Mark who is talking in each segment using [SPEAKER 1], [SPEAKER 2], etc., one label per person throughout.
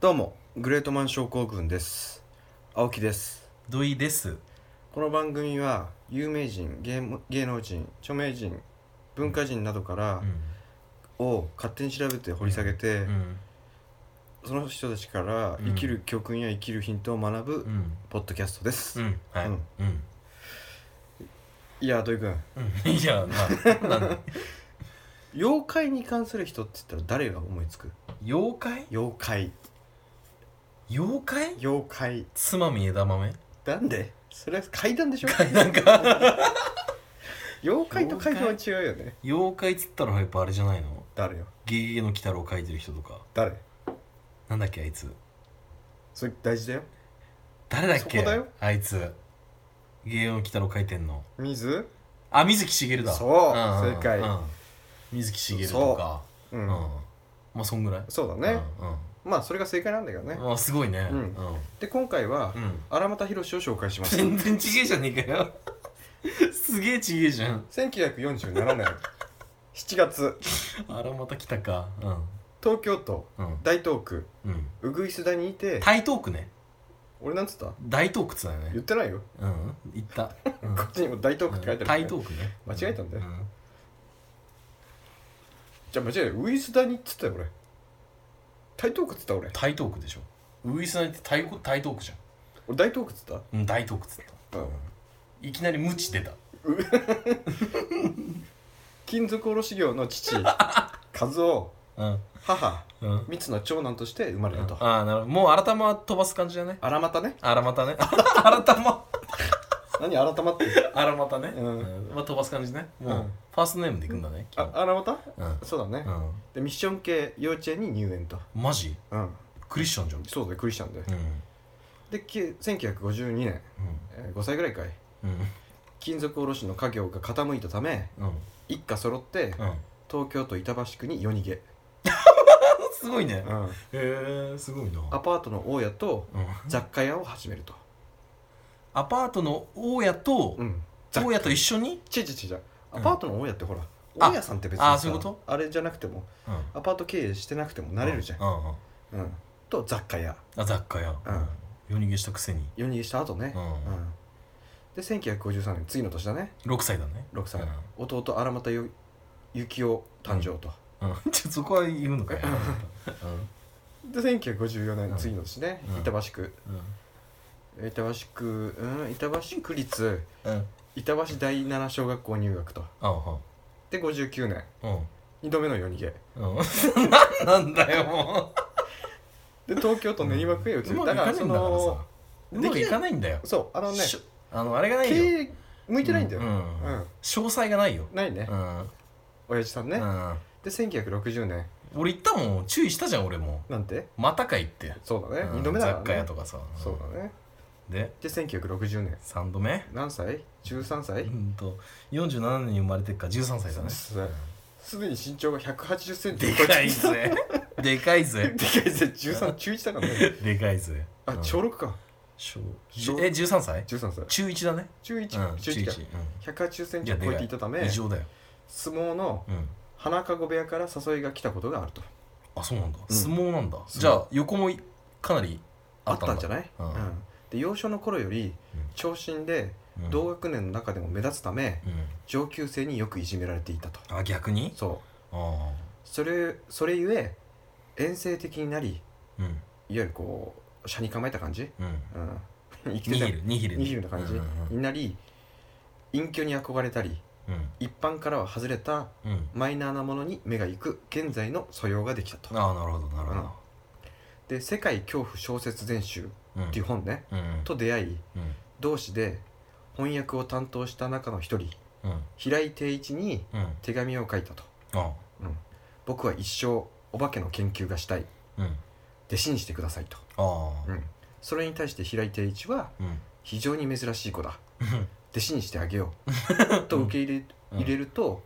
[SPEAKER 1] どうもグレートマン症候群です青木です
[SPEAKER 2] 土井です
[SPEAKER 1] この番組は有名人芸も芸能人著名人文化人などからを勝手に調べて掘り下げて、
[SPEAKER 2] うん
[SPEAKER 1] その人たちから生きる教訓や生きるヒントを学ぶ
[SPEAKER 2] うん
[SPEAKER 1] ポッドキャストです、
[SPEAKER 2] うんはい
[SPEAKER 1] うん
[SPEAKER 2] うん
[SPEAKER 1] いや土井君
[SPEAKER 2] うんいやまあなんだ
[SPEAKER 1] 妖怪に関する人って言ったら誰が思いつく
[SPEAKER 2] 妖怪
[SPEAKER 1] 妖怪
[SPEAKER 2] 妖怪
[SPEAKER 1] 妖怪
[SPEAKER 2] つまみ枝豆
[SPEAKER 1] なんでそれは怪談でしょ
[SPEAKER 2] 怪談か
[SPEAKER 1] 妖怪と怪談は違うよね
[SPEAKER 2] 妖怪っつったらやっぱあれじゃないの
[SPEAKER 1] 誰よ
[SPEAKER 2] ゲゲゲの鬼太郎描いてる人とか
[SPEAKER 1] 誰
[SPEAKER 2] なんだっけあいつ
[SPEAKER 1] それ大事だよ
[SPEAKER 2] 誰だっけ
[SPEAKER 1] そこだよ
[SPEAKER 2] あいつゲゲゲの鬼太郎描いてんの
[SPEAKER 1] 水
[SPEAKER 2] あ水木しげるだ
[SPEAKER 1] そう
[SPEAKER 2] うんうん
[SPEAKER 1] 正解
[SPEAKER 2] うん水木しげるとか
[SPEAKER 1] う
[SPEAKER 2] うん
[SPEAKER 1] ん、
[SPEAKER 2] まあそんぐらい
[SPEAKER 1] そうだね、
[SPEAKER 2] うん
[SPEAKER 1] まあそれが正解なんだけどね、
[SPEAKER 2] うんあすごいね
[SPEAKER 1] うん
[SPEAKER 2] うん
[SPEAKER 1] で今回は
[SPEAKER 2] うん
[SPEAKER 1] 荒俣宏を紹介します
[SPEAKER 2] 全然ちげえじゃねえかよすげえちげえじゃん
[SPEAKER 1] 1947年7月
[SPEAKER 2] あらまた来たか
[SPEAKER 1] 東京都
[SPEAKER 2] うんうん
[SPEAKER 1] 大東区
[SPEAKER 2] うん
[SPEAKER 1] うぐいす谷にて
[SPEAKER 2] 台東区ね
[SPEAKER 1] 俺なんつった
[SPEAKER 2] 大東区っつったよ
[SPEAKER 1] 言っ
[SPEAKER 2] ね
[SPEAKER 1] てないよ、
[SPEAKER 2] うん行った、 うん
[SPEAKER 1] こっちにも大東区って書いてあ
[SPEAKER 2] 台
[SPEAKER 1] る、ね
[SPEAKER 2] 東区ね
[SPEAKER 1] 間違えたんだよ
[SPEAKER 2] うん
[SPEAKER 1] じゃあ間違えないウイス谷っつったよ俺大東区っつった俺
[SPEAKER 2] 台東区でしょウイスナイって台東台東区じ
[SPEAKER 1] 俺大東区っつっ
[SPEAKER 2] ゃん、うん、大東区っつっ
[SPEAKER 1] た、
[SPEAKER 2] た
[SPEAKER 1] うん、
[SPEAKER 2] いきなり無知出た
[SPEAKER 1] 金属卸業の 父和夫
[SPEAKER 2] うん
[SPEAKER 1] 母
[SPEAKER 2] うん
[SPEAKER 1] 三つの長男として生まれたと
[SPEAKER 2] ああなるほどもう改ま飛ばす感じだね
[SPEAKER 1] 荒俣ね
[SPEAKER 2] あらまたね 改ま
[SPEAKER 1] 何改まって
[SPEAKER 2] あらまたね
[SPEAKER 1] うん
[SPEAKER 2] まあ飛ばす感じねもう、
[SPEAKER 1] うん
[SPEAKER 2] ファーストネームでいくんだね
[SPEAKER 1] あ荒俣
[SPEAKER 2] うん
[SPEAKER 1] そうだね、
[SPEAKER 2] うん
[SPEAKER 1] でミッション系幼稚園に入園と
[SPEAKER 2] マジ
[SPEAKER 1] うん
[SPEAKER 2] クリスチャンじゃん
[SPEAKER 1] そうだよクリスチャンで、
[SPEAKER 2] うん
[SPEAKER 1] でき1952年、えー5歳ぐらいかい
[SPEAKER 2] うん
[SPEAKER 1] 金属卸の家業が傾いたため
[SPEAKER 2] うんうん
[SPEAKER 1] 一家揃って
[SPEAKER 2] うん
[SPEAKER 1] 東京都板橋区に夜逃げ、
[SPEAKER 2] すごいね
[SPEAKER 1] うん、
[SPEAKER 2] へえすごいな
[SPEAKER 1] アパートの大家と
[SPEAKER 2] うん
[SPEAKER 1] 雑貨屋を始めると、
[SPEAKER 2] アパートの大家と
[SPEAKER 1] うん、雑貨
[SPEAKER 2] 大家と一緒に
[SPEAKER 1] ちいちいちいじゃ
[SPEAKER 2] うん
[SPEAKER 1] アパートの大家ってほら、
[SPEAKER 2] あ
[SPEAKER 1] 大家さんって別にさ
[SPEAKER 2] あーそういうこと
[SPEAKER 1] あれじゃなくても
[SPEAKER 2] うん
[SPEAKER 1] アパート経営してなくてもなれるじゃん、
[SPEAKER 2] うんうん
[SPEAKER 1] うんと雑貨屋
[SPEAKER 2] あ雑貨屋
[SPEAKER 1] うん
[SPEAKER 2] 夜逃げしたくせに
[SPEAKER 1] 夜逃げした後ね、
[SPEAKER 2] うん
[SPEAKER 1] うんで1953年次の年だね
[SPEAKER 2] 6歳だね
[SPEAKER 1] 6歳、弟荒俣よ幸男誕生と、
[SPEAKER 2] うんちょそこは言うのかよ
[SPEAKER 1] で1954年、
[SPEAKER 2] うん
[SPEAKER 1] 次の年ね、
[SPEAKER 2] うん
[SPEAKER 1] 板橋区
[SPEAKER 2] うん
[SPEAKER 1] 板橋区うん板橋区立
[SPEAKER 2] うんうん
[SPEAKER 1] 板橋第七小学校入学と
[SPEAKER 2] あは
[SPEAKER 1] で59年
[SPEAKER 2] うん
[SPEAKER 1] 2度目の夜逃げ
[SPEAKER 2] うんなんだよも
[SPEAKER 1] で東京都練馬区へ移
[SPEAKER 2] う
[SPEAKER 1] る、
[SPEAKER 2] うまく
[SPEAKER 1] だ
[SPEAKER 2] い
[SPEAKER 1] か
[SPEAKER 2] からないん
[SPEAKER 1] そ
[SPEAKER 2] だからさ
[SPEAKER 1] の
[SPEAKER 2] うまくいかないんだよ
[SPEAKER 1] そうあのね
[SPEAKER 2] しょあのあれがない
[SPEAKER 1] 経
[SPEAKER 2] よ
[SPEAKER 1] 営向いてないんだよ、
[SPEAKER 2] う
[SPEAKER 1] うん
[SPEAKER 2] ん詳細がないよ
[SPEAKER 1] ないね、
[SPEAKER 2] うん
[SPEAKER 1] 親父さんね、
[SPEAKER 2] うん
[SPEAKER 1] で1960年
[SPEAKER 2] 俺言ったもん注意したじゃん俺も
[SPEAKER 1] なんて
[SPEAKER 2] またかいって
[SPEAKER 1] そうだね、
[SPEAKER 2] うん
[SPEAKER 1] 2度目だから、ね、
[SPEAKER 2] 雑貨屋とかさ
[SPEAKER 1] そうだね
[SPEAKER 2] で
[SPEAKER 1] で1960年
[SPEAKER 2] 3度目
[SPEAKER 1] 何歳 ?13 歳、
[SPEAKER 2] うんと47年に生まれてっから13歳だね
[SPEAKER 1] すすでに身長が1 8 0センチ
[SPEAKER 2] でか いぜでかいぜ
[SPEAKER 1] でかいぜ13中1だからね
[SPEAKER 2] でかいぜ
[SPEAKER 1] あ
[SPEAKER 2] うん
[SPEAKER 1] 小6か
[SPEAKER 2] 小
[SPEAKER 1] 小
[SPEAKER 2] え十13歳
[SPEAKER 1] 13歳
[SPEAKER 2] 中1だね
[SPEAKER 1] 中
[SPEAKER 2] う
[SPEAKER 1] 1
[SPEAKER 2] ん
[SPEAKER 1] 中
[SPEAKER 2] 中
[SPEAKER 1] 1か1
[SPEAKER 2] 1
[SPEAKER 1] 8 0セ
[SPEAKER 2] う
[SPEAKER 1] ン
[SPEAKER 2] ん
[SPEAKER 1] チを超えていたため
[SPEAKER 2] 異常だよ
[SPEAKER 1] 相撲の
[SPEAKER 2] うん
[SPEAKER 1] 花籠部屋から誘いが来たことがあると
[SPEAKER 2] あそうなんだ
[SPEAKER 1] うん
[SPEAKER 2] 相撲なんだ
[SPEAKER 1] 撲
[SPEAKER 2] じゃあ横もいかなり
[SPEAKER 1] あ
[SPEAKER 2] あ
[SPEAKER 1] っ
[SPEAKER 2] った
[SPEAKER 1] た
[SPEAKER 2] ん
[SPEAKER 1] んじゃ
[SPEAKER 2] だ
[SPEAKER 1] ない、
[SPEAKER 2] うん
[SPEAKER 1] うんで幼少の頃より
[SPEAKER 2] うん
[SPEAKER 1] 長身で
[SPEAKER 2] うん
[SPEAKER 1] 同学年の中でも目立つため
[SPEAKER 2] うん
[SPEAKER 1] 上級生によくいじめられていたと
[SPEAKER 2] あ逆に
[SPEAKER 1] そう
[SPEAKER 2] あ
[SPEAKER 1] それそれゆえ遠征的になりいわ
[SPEAKER 2] あうん
[SPEAKER 1] ゆるこう車に構えた感じ
[SPEAKER 2] うん
[SPEAKER 1] うん 生き
[SPEAKER 2] ニ
[SPEAKER 1] てた
[SPEAKER 2] ヒルニヒル
[SPEAKER 1] ニヒルな感じ
[SPEAKER 2] うんうん
[SPEAKER 1] になり隠居に憧れたり
[SPEAKER 2] うん
[SPEAKER 1] 一般からは外れた
[SPEAKER 2] うん
[SPEAKER 1] マイナーなものに目が行く現在の素養ができたと
[SPEAKER 2] ああなるほどなるほど
[SPEAKER 1] で「世界恐怖小説全集」
[SPEAKER 2] うん
[SPEAKER 1] っていう本ね
[SPEAKER 2] うんうん
[SPEAKER 1] と出会い
[SPEAKER 2] うん
[SPEAKER 1] 同志で翻訳を担当した中の一人
[SPEAKER 2] うん
[SPEAKER 1] 平井定一に
[SPEAKER 2] うん
[SPEAKER 1] 手紙を書いたと
[SPEAKER 2] あ
[SPEAKER 1] 「僕は一生お化けの研究がしたい
[SPEAKER 2] うん
[SPEAKER 1] 弟子にしてくださいと」
[SPEAKER 2] あ
[SPEAKER 1] うんそれに対して平井定一は
[SPEAKER 2] うん
[SPEAKER 1] 「非常に珍しい子だ
[SPEAKER 2] うん
[SPEAKER 1] 弟子にしてあげよう」と受け入れ
[SPEAKER 2] うん
[SPEAKER 1] 入れると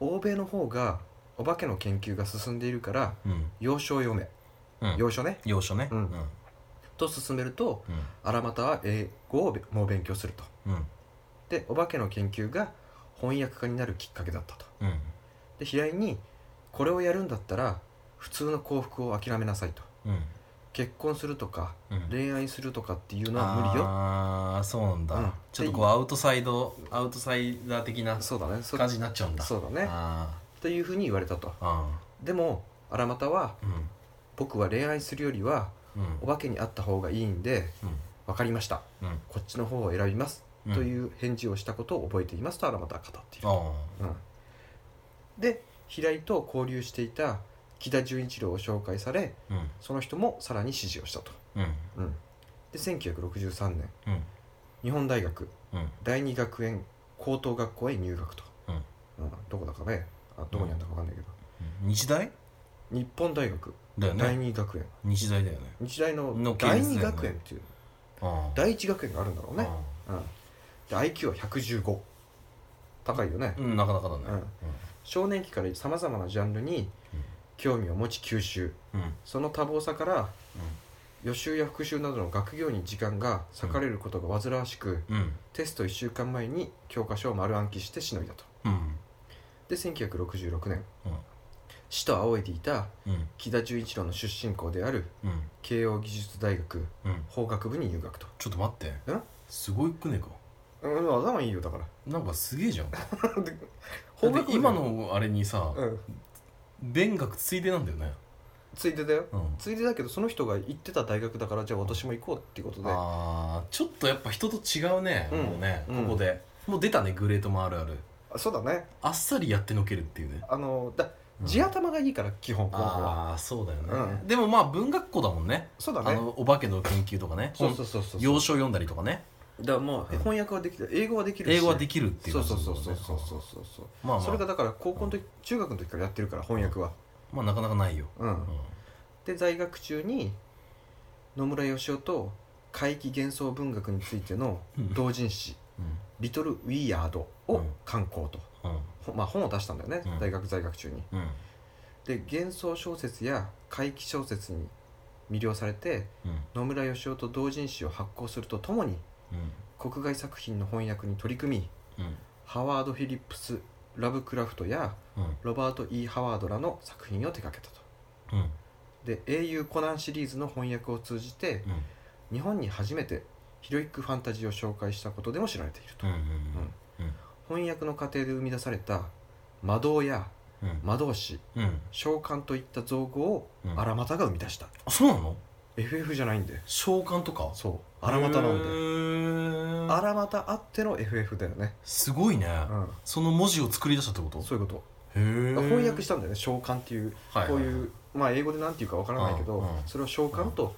[SPEAKER 1] 欧米の方がお化けの研究が進んでいるから
[SPEAKER 2] うん
[SPEAKER 1] 要所を読め
[SPEAKER 2] うん
[SPEAKER 1] 要所ね
[SPEAKER 2] 要所ね
[SPEAKER 1] う
[SPEAKER 2] うんん
[SPEAKER 1] と進めると
[SPEAKER 2] うん
[SPEAKER 1] 荒俣は英語をべもう勉強すると
[SPEAKER 2] うん
[SPEAKER 1] でお化けの研究が翻訳家になるきっかけだったと
[SPEAKER 2] うん
[SPEAKER 1] で平井にこれをやるんだったら普通の幸福を諦めなさいと
[SPEAKER 2] うん
[SPEAKER 1] 結婚するとか
[SPEAKER 2] うん
[SPEAKER 1] 恋愛するとかっていうのは無理よ
[SPEAKER 2] ああそうなんだ、
[SPEAKER 1] うん
[SPEAKER 2] ちょっとこうアウトサイドアウトサイダー的な
[SPEAKER 1] そうだねそ
[SPEAKER 2] 感じになっちゃうんだ
[SPEAKER 1] そうだね
[SPEAKER 2] あ
[SPEAKER 1] というふうに言われたと
[SPEAKER 2] ーあ
[SPEAKER 1] でも荒俣は
[SPEAKER 2] ーうん
[SPEAKER 1] 僕は恋愛するよりは
[SPEAKER 2] うん
[SPEAKER 1] お化けに会った方がいいんで分かりました
[SPEAKER 2] うんうん
[SPEAKER 1] こっちの方を選びます、
[SPEAKER 2] うん
[SPEAKER 1] という返事をしたことを覚えていますと荒俣は語っている、
[SPEAKER 2] あ
[SPEAKER 1] うん、で平井と交流していた木田純一郎を紹介され
[SPEAKER 2] ーうん
[SPEAKER 1] その人もさらに支持をしたと、
[SPEAKER 2] うん
[SPEAKER 1] うん、で1963年
[SPEAKER 2] うん
[SPEAKER 1] 日本大学
[SPEAKER 2] うん
[SPEAKER 1] 第二学園高等学校へ入学と、
[SPEAKER 2] うん
[SPEAKER 1] うんどこだかねあどこにあったか分かんないけど、
[SPEAKER 2] 日大
[SPEAKER 1] 日本大学
[SPEAKER 2] だよ
[SPEAKER 1] 第
[SPEAKER 2] ね
[SPEAKER 1] 二学園
[SPEAKER 2] 日大だよね
[SPEAKER 1] 日大の
[SPEAKER 2] の系
[SPEAKER 1] 第
[SPEAKER 2] 列だよね
[SPEAKER 1] 二学園っていう
[SPEAKER 2] ああ
[SPEAKER 1] 第一学園があるんだろうね、うん、で IQ は115高いよね、
[SPEAKER 2] うんなかなかだね
[SPEAKER 1] 少年期からさまざまなジャンルに
[SPEAKER 2] うん
[SPEAKER 1] 興味を持ち吸収
[SPEAKER 2] うん
[SPEAKER 1] その多忙さから予習や復習などの学業に時間が割かれることが煩わしく、
[SPEAKER 2] うんうん
[SPEAKER 1] テスト1週間前に教科書を丸暗記してしのいだと
[SPEAKER 2] うん
[SPEAKER 1] で1966年
[SPEAKER 2] うん
[SPEAKER 1] 師と仰いでいた
[SPEAKER 2] うん
[SPEAKER 1] 木田純一郎の出身校である
[SPEAKER 2] うん
[SPEAKER 1] 慶応義塾大学
[SPEAKER 2] うん
[SPEAKER 1] 法学部に入学と
[SPEAKER 2] ちょっと待って
[SPEAKER 1] え
[SPEAKER 2] すごいくねえか
[SPEAKER 1] うん頭いいよだから
[SPEAKER 2] なんかすげえじゃんだ
[SPEAKER 1] 法
[SPEAKER 2] っ
[SPEAKER 1] 学部
[SPEAKER 2] て今のあれにさ
[SPEAKER 1] うん
[SPEAKER 2] 勉学ついでなんだよね
[SPEAKER 1] ついでだよ
[SPEAKER 2] うん
[SPEAKER 1] ついでだけどその人が行ってた大学だからじゃあ私も行こうっていうことで
[SPEAKER 2] ああちょっとやっぱ人と違うね
[SPEAKER 1] うん
[SPEAKER 2] もうね
[SPEAKER 1] うん
[SPEAKER 2] ここでもう出たねグレートもあるある
[SPEAKER 1] あそうだね
[SPEAKER 2] あっさりやってのけるっていうね
[SPEAKER 1] あのだ
[SPEAKER 2] うん
[SPEAKER 1] 地頭がいいから基本この子は
[SPEAKER 2] ああそうだよ
[SPEAKER 1] う
[SPEAKER 2] ねでもまあ文学校だもんね
[SPEAKER 1] そうだ
[SPEAKER 2] あ
[SPEAKER 1] ね
[SPEAKER 2] のお化けの研究とかね
[SPEAKER 1] そうそうそうそう
[SPEAKER 2] 洋書を読んだりとかね
[SPEAKER 1] だからもう
[SPEAKER 2] うん
[SPEAKER 1] 翻訳はできる英語はできるし
[SPEAKER 2] 英語はできるっていう
[SPEAKER 1] そう
[SPEAKER 2] 感じ
[SPEAKER 1] そう
[SPEAKER 2] だもんね
[SPEAKER 1] そうそうそうそうそうそう
[SPEAKER 2] まあま
[SPEAKER 1] それが
[SPEAKER 2] あ
[SPEAKER 1] だから高校の時中学の時からやってるから翻訳は
[SPEAKER 2] まあなかなかないよ
[SPEAKER 1] うん
[SPEAKER 2] うん
[SPEAKER 1] で在学中に野村義雄と怪奇幻想文学についての
[SPEAKER 2] うん
[SPEAKER 1] 同人誌
[SPEAKER 2] うん
[SPEAKER 1] 「リトル・ウィーアード」
[SPEAKER 2] う
[SPEAKER 1] を
[SPEAKER 2] ん
[SPEAKER 1] 刊行と、
[SPEAKER 2] うん
[SPEAKER 1] ほまあ、本を出したんだよね、
[SPEAKER 2] うん
[SPEAKER 1] 大学在学中に
[SPEAKER 2] うん
[SPEAKER 1] で幻想小説や怪奇小説に魅了されて
[SPEAKER 2] うん
[SPEAKER 1] 野村義雄と同人誌を発行するとともに
[SPEAKER 2] うん
[SPEAKER 1] 国外作品の翻訳に取り組み
[SPEAKER 2] うん
[SPEAKER 1] ハワード・フィリップスラブクラフトや
[SPEAKER 2] うん
[SPEAKER 1] ロバート・ E ・ハワードらの作品を手掛けたと
[SPEAKER 2] うん
[SPEAKER 1] で英雄コナンシリーズの翻訳を通じて、
[SPEAKER 2] うん
[SPEAKER 1] 日本に初めてヒロイックファンタジーを紹介したことでも知られていると、
[SPEAKER 2] うん
[SPEAKER 1] 翻訳の過程で生み出された魔導や
[SPEAKER 2] うんうん
[SPEAKER 1] 魔導士
[SPEAKER 2] うん
[SPEAKER 1] 召喚といった造語を
[SPEAKER 2] うん
[SPEAKER 1] 荒俣が生み出した、
[SPEAKER 2] あそうなの
[SPEAKER 1] FF じゃないんで
[SPEAKER 2] 召喚とか
[SPEAKER 1] そう荒俣なんで
[SPEAKER 2] で
[SPEAKER 1] 荒俣あっての FF だよね、
[SPEAKER 2] すごいね
[SPEAKER 1] う
[SPEAKER 2] その文字を作り出したってこと
[SPEAKER 1] ん、そういうこと
[SPEAKER 2] へえ
[SPEAKER 1] 翻訳したんだよね召喚っていう
[SPEAKER 2] はい
[SPEAKER 1] こう
[SPEAKER 2] はい
[SPEAKER 1] いうまあ英語でなんていうかわからないけ
[SPEAKER 2] う
[SPEAKER 1] ど
[SPEAKER 2] んうん
[SPEAKER 1] それを召喚と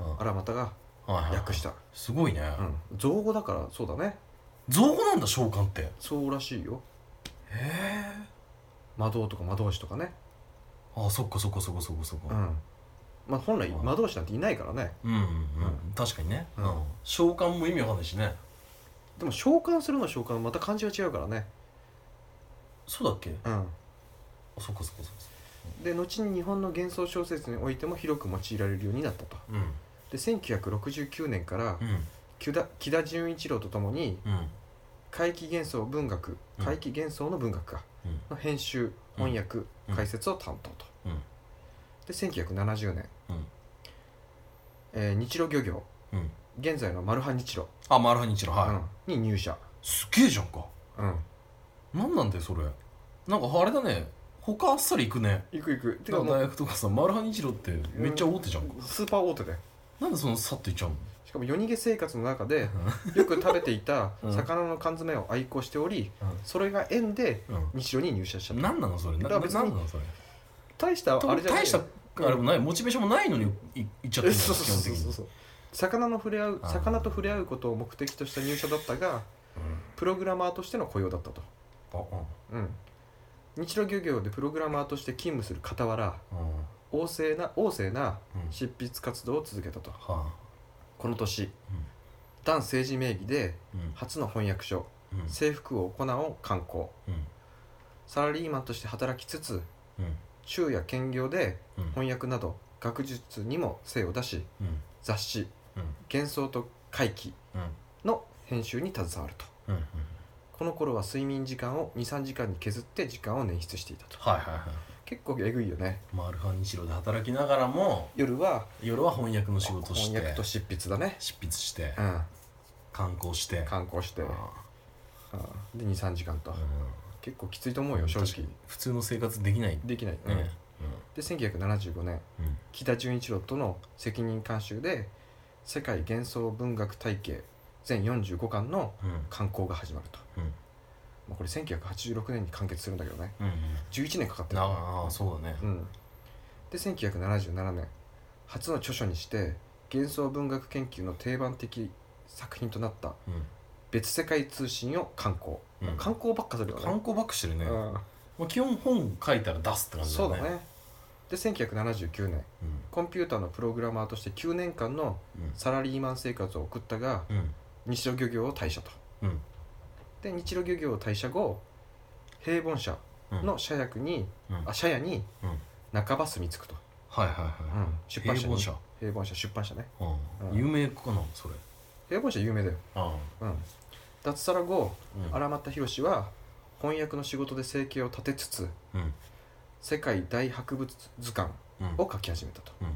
[SPEAKER 2] うんはい
[SPEAKER 1] 荒俣が
[SPEAKER 2] はい
[SPEAKER 1] 訳した、
[SPEAKER 2] すごいね
[SPEAKER 1] うん、造語だからそうだね
[SPEAKER 2] 造語なんだ召喚ってへ
[SPEAKER 1] そうらしいよ
[SPEAKER 2] え
[SPEAKER 1] 魔導とか魔導士とかね
[SPEAKER 2] あそっかそっかそっかそっかそっ
[SPEAKER 1] う
[SPEAKER 2] か
[SPEAKER 1] んまあ、本来
[SPEAKER 2] うん
[SPEAKER 1] 魔導士なんていないからね
[SPEAKER 2] うんうん
[SPEAKER 1] う
[SPEAKER 2] 確かにね
[SPEAKER 1] うん
[SPEAKER 2] うん召喚も意味わかんないしね
[SPEAKER 1] でも召喚するの召喚また漢字が違うからね、
[SPEAKER 2] そうだっけ
[SPEAKER 1] うん、
[SPEAKER 2] あそっかそっかそっか
[SPEAKER 1] で後に日本の幻想小説においても広く用いられるようになったと
[SPEAKER 2] うん
[SPEAKER 1] で1969年から
[SPEAKER 2] うん
[SPEAKER 1] 木田木田純一郎とともに
[SPEAKER 2] うん
[SPEAKER 1] 怪奇幻想文学
[SPEAKER 2] うん
[SPEAKER 1] 怪奇幻想の文学家
[SPEAKER 2] うん
[SPEAKER 1] の編集
[SPEAKER 2] うん
[SPEAKER 1] 翻訳
[SPEAKER 2] うん
[SPEAKER 1] 解説を担当と
[SPEAKER 2] うん
[SPEAKER 1] で1970年、
[SPEAKER 2] うん
[SPEAKER 1] えー日露漁業
[SPEAKER 2] うん
[SPEAKER 1] 現在のマルハ日露、
[SPEAKER 2] あマルハニチロはい、
[SPEAKER 1] うん、に入社、
[SPEAKER 2] すげえじゃんか
[SPEAKER 1] うん、
[SPEAKER 2] なんなんだよそれなんかあれだね他あっさり行くね
[SPEAKER 1] 行く行くて
[SPEAKER 2] てか
[SPEAKER 1] かもう
[SPEAKER 2] 大学とかさマルハニチロってめっちゃ大手じゃんか、
[SPEAKER 1] スーパー大手で
[SPEAKER 2] なんでそのさっと行っちゃうの
[SPEAKER 1] しかも夜逃げ生活の中 でよく食べていた
[SPEAKER 2] うん
[SPEAKER 1] 魚の缶詰を愛好しており、
[SPEAKER 2] うん
[SPEAKER 1] それが縁で日露に入社しちゃった
[SPEAKER 2] 何なのそれな
[SPEAKER 1] だから別に
[SPEAKER 2] 何なのそれ
[SPEAKER 1] 大したあれじゃない
[SPEAKER 2] 大したあれもないモチベーションもないのにい行っちゃって
[SPEAKER 1] え
[SPEAKER 2] るの基
[SPEAKER 1] そうそう
[SPEAKER 2] 本
[SPEAKER 1] そう
[SPEAKER 2] 的
[SPEAKER 1] そう
[SPEAKER 2] に
[SPEAKER 1] そう魚の触れ合う
[SPEAKER 2] あー
[SPEAKER 1] 魚と触れ合うことを目的とした入社だったがプログラマーとしての雇用だったと、
[SPEAKER 2] あ
[SPEAKER 1] うん、日露漁業でプログラマーとして勤務する傍ら
[SPEAKER 2] うんうんうん
[SPEAKER 1] 旺盛な旺盛な
[SPEAKER 2] うん
[SPEAKER 1] 執筆活動を続けたと
[SPEAKER 2] はあ
[SPEAKER 1] この年男政治名義で
[SPEAKER 2] うん
[SPEAKER 1] 初の翻訳書
[SPEAKER 2] うん
[SPEAKER 1] 「制服を行おう」刊行
[SPEAKER 2] うん
[SPEAKER 1] サラリーマンとして働きつつ
[SPEAKER 2] うん
[SPEAKER 1] 昼夜兼業で
[SPEAKER 2] うん
[SPEAKER 1] 翻訳など学術にも精を出し
[SPEAKER 2] うん
[SPEAKER 1] 雑誌
[SPEAKER 2] うん
[SPEAKER 1] 「幻想と怪奇
[SPEAKER 2] うん」
[SPEAKER 1] の編集に携わると
[SPEAKER 2] うんうん
[SPEAKER 1] この頃は睡眠時間を23時間に削って時間を捻出していたと
[SPEAKER 2] はいはいはい
[SPEAKER 1] 結構えぐいよね
[SPEAKER 2] まあアルファにしろで働きながらも
[SPEAKER 1] 夜は
[SPEAKER 2] 夜は翻訳の仕事して
[SPEAKER 1] 翻訳と執筆だね
[SPEAKER 2] 執筆して
[SPEAKER 1] うん
[SPEAKER 2] 観光して
[SPEAKER 1] 観光して、
[SPEAKER 2] う
[SPEAKER 1] うんんで23時間と、結構きついと思うよ正
[SPEAKER 2] 確か
[SPEAKER 1] 直
[SPEAKER 2] に普通の生活できないね
[SPEAKER 1] できない、うん
[SPEAKER 2] うん
[SPEAKER 1] で1975年
[SPEAKER 2] うん
[SPEAKER 1] 北純一郎との責任監修で世界幻想文学体系全45巻の
[SPEAKER 2] うん
[SPEAKER 1] 刊行が始まると、
[SPEAKER 2] うん
[SPEAKER 1] まあ、これ1986年に完結するんだけどね
[SPEAKER 2] うん
[SPEAKER 1] 11年かかっ
[SPEAKER 2] う
[SPEAKER 1] て
[SPEAKER 2] ん
[SPEAKER 1] る
[SPEAKER 2] ああそうだね
[SPEAKER 1] うん、で1977年初の著書にして幻想文学研究の定番的作品となった
[SPEAKER 2] うん
[SPEAKER 1] 別世界通信を刊行、
[SPEAKER 2] うん
[SPEAKER 1] 刊行ばっかするよね
[SPEAKER 2] 観光ばっかしてるね
[SPEAKER 1] うん
[SPEAKER 2] まあ基本本書いたら出すって感じだ
[SPEAKER 1] そ
[SPEAKER 2] ね
[SPEAKER 1] うだねで1979年コンピューターのプログラマーとして9年間のサラリーマン生活を送ったが
[SPEAKER 2] うんうん
[SPEAKER 1] 日露漁業を退社と
[SPEAKER 2] うん
[SPEAKER 1] で日露漁業を退社後平凡社
[SPEAKER 2] うん
[SPEAKER 1] の社役に、
[SPEAKER 2] うんはい
[SPEAKER 1] あ社屋に
[SPEAKER 2] うん
[SPEAKER 1] 半ば住み着くと、
[SPEAKER 2] はいは
[SPEAKER 1] うん
[SPEAKER 2] い
[SPEAKER 1] 出版社
[SPEAKER 2] 平
[SPEAKER 1] に
[SPEAKER 2] 凡社
[SPEAKER 1] 平凡社出版社ね
[SPEAKER 2] うん
[SPEAKER 1] うん
[SPEAKER 2] 有名かなそれ
[SPEAKER 1] 平凡社有名だよ
[SPEAKER 2] あ
[SPEAKER 1] うん脱サラ後
[SPEAKER 2] あ
[SPEAKER 1] 荒俣宏は翻訳の仕事で生計を立てつつ
[SPEAKER 2] うん
[SPEAKER 1] 世界大博物図鑑
[SPEAKER 2] うん
[SPEAKER 1] を書き始めたと
[SPEAKER 2] うん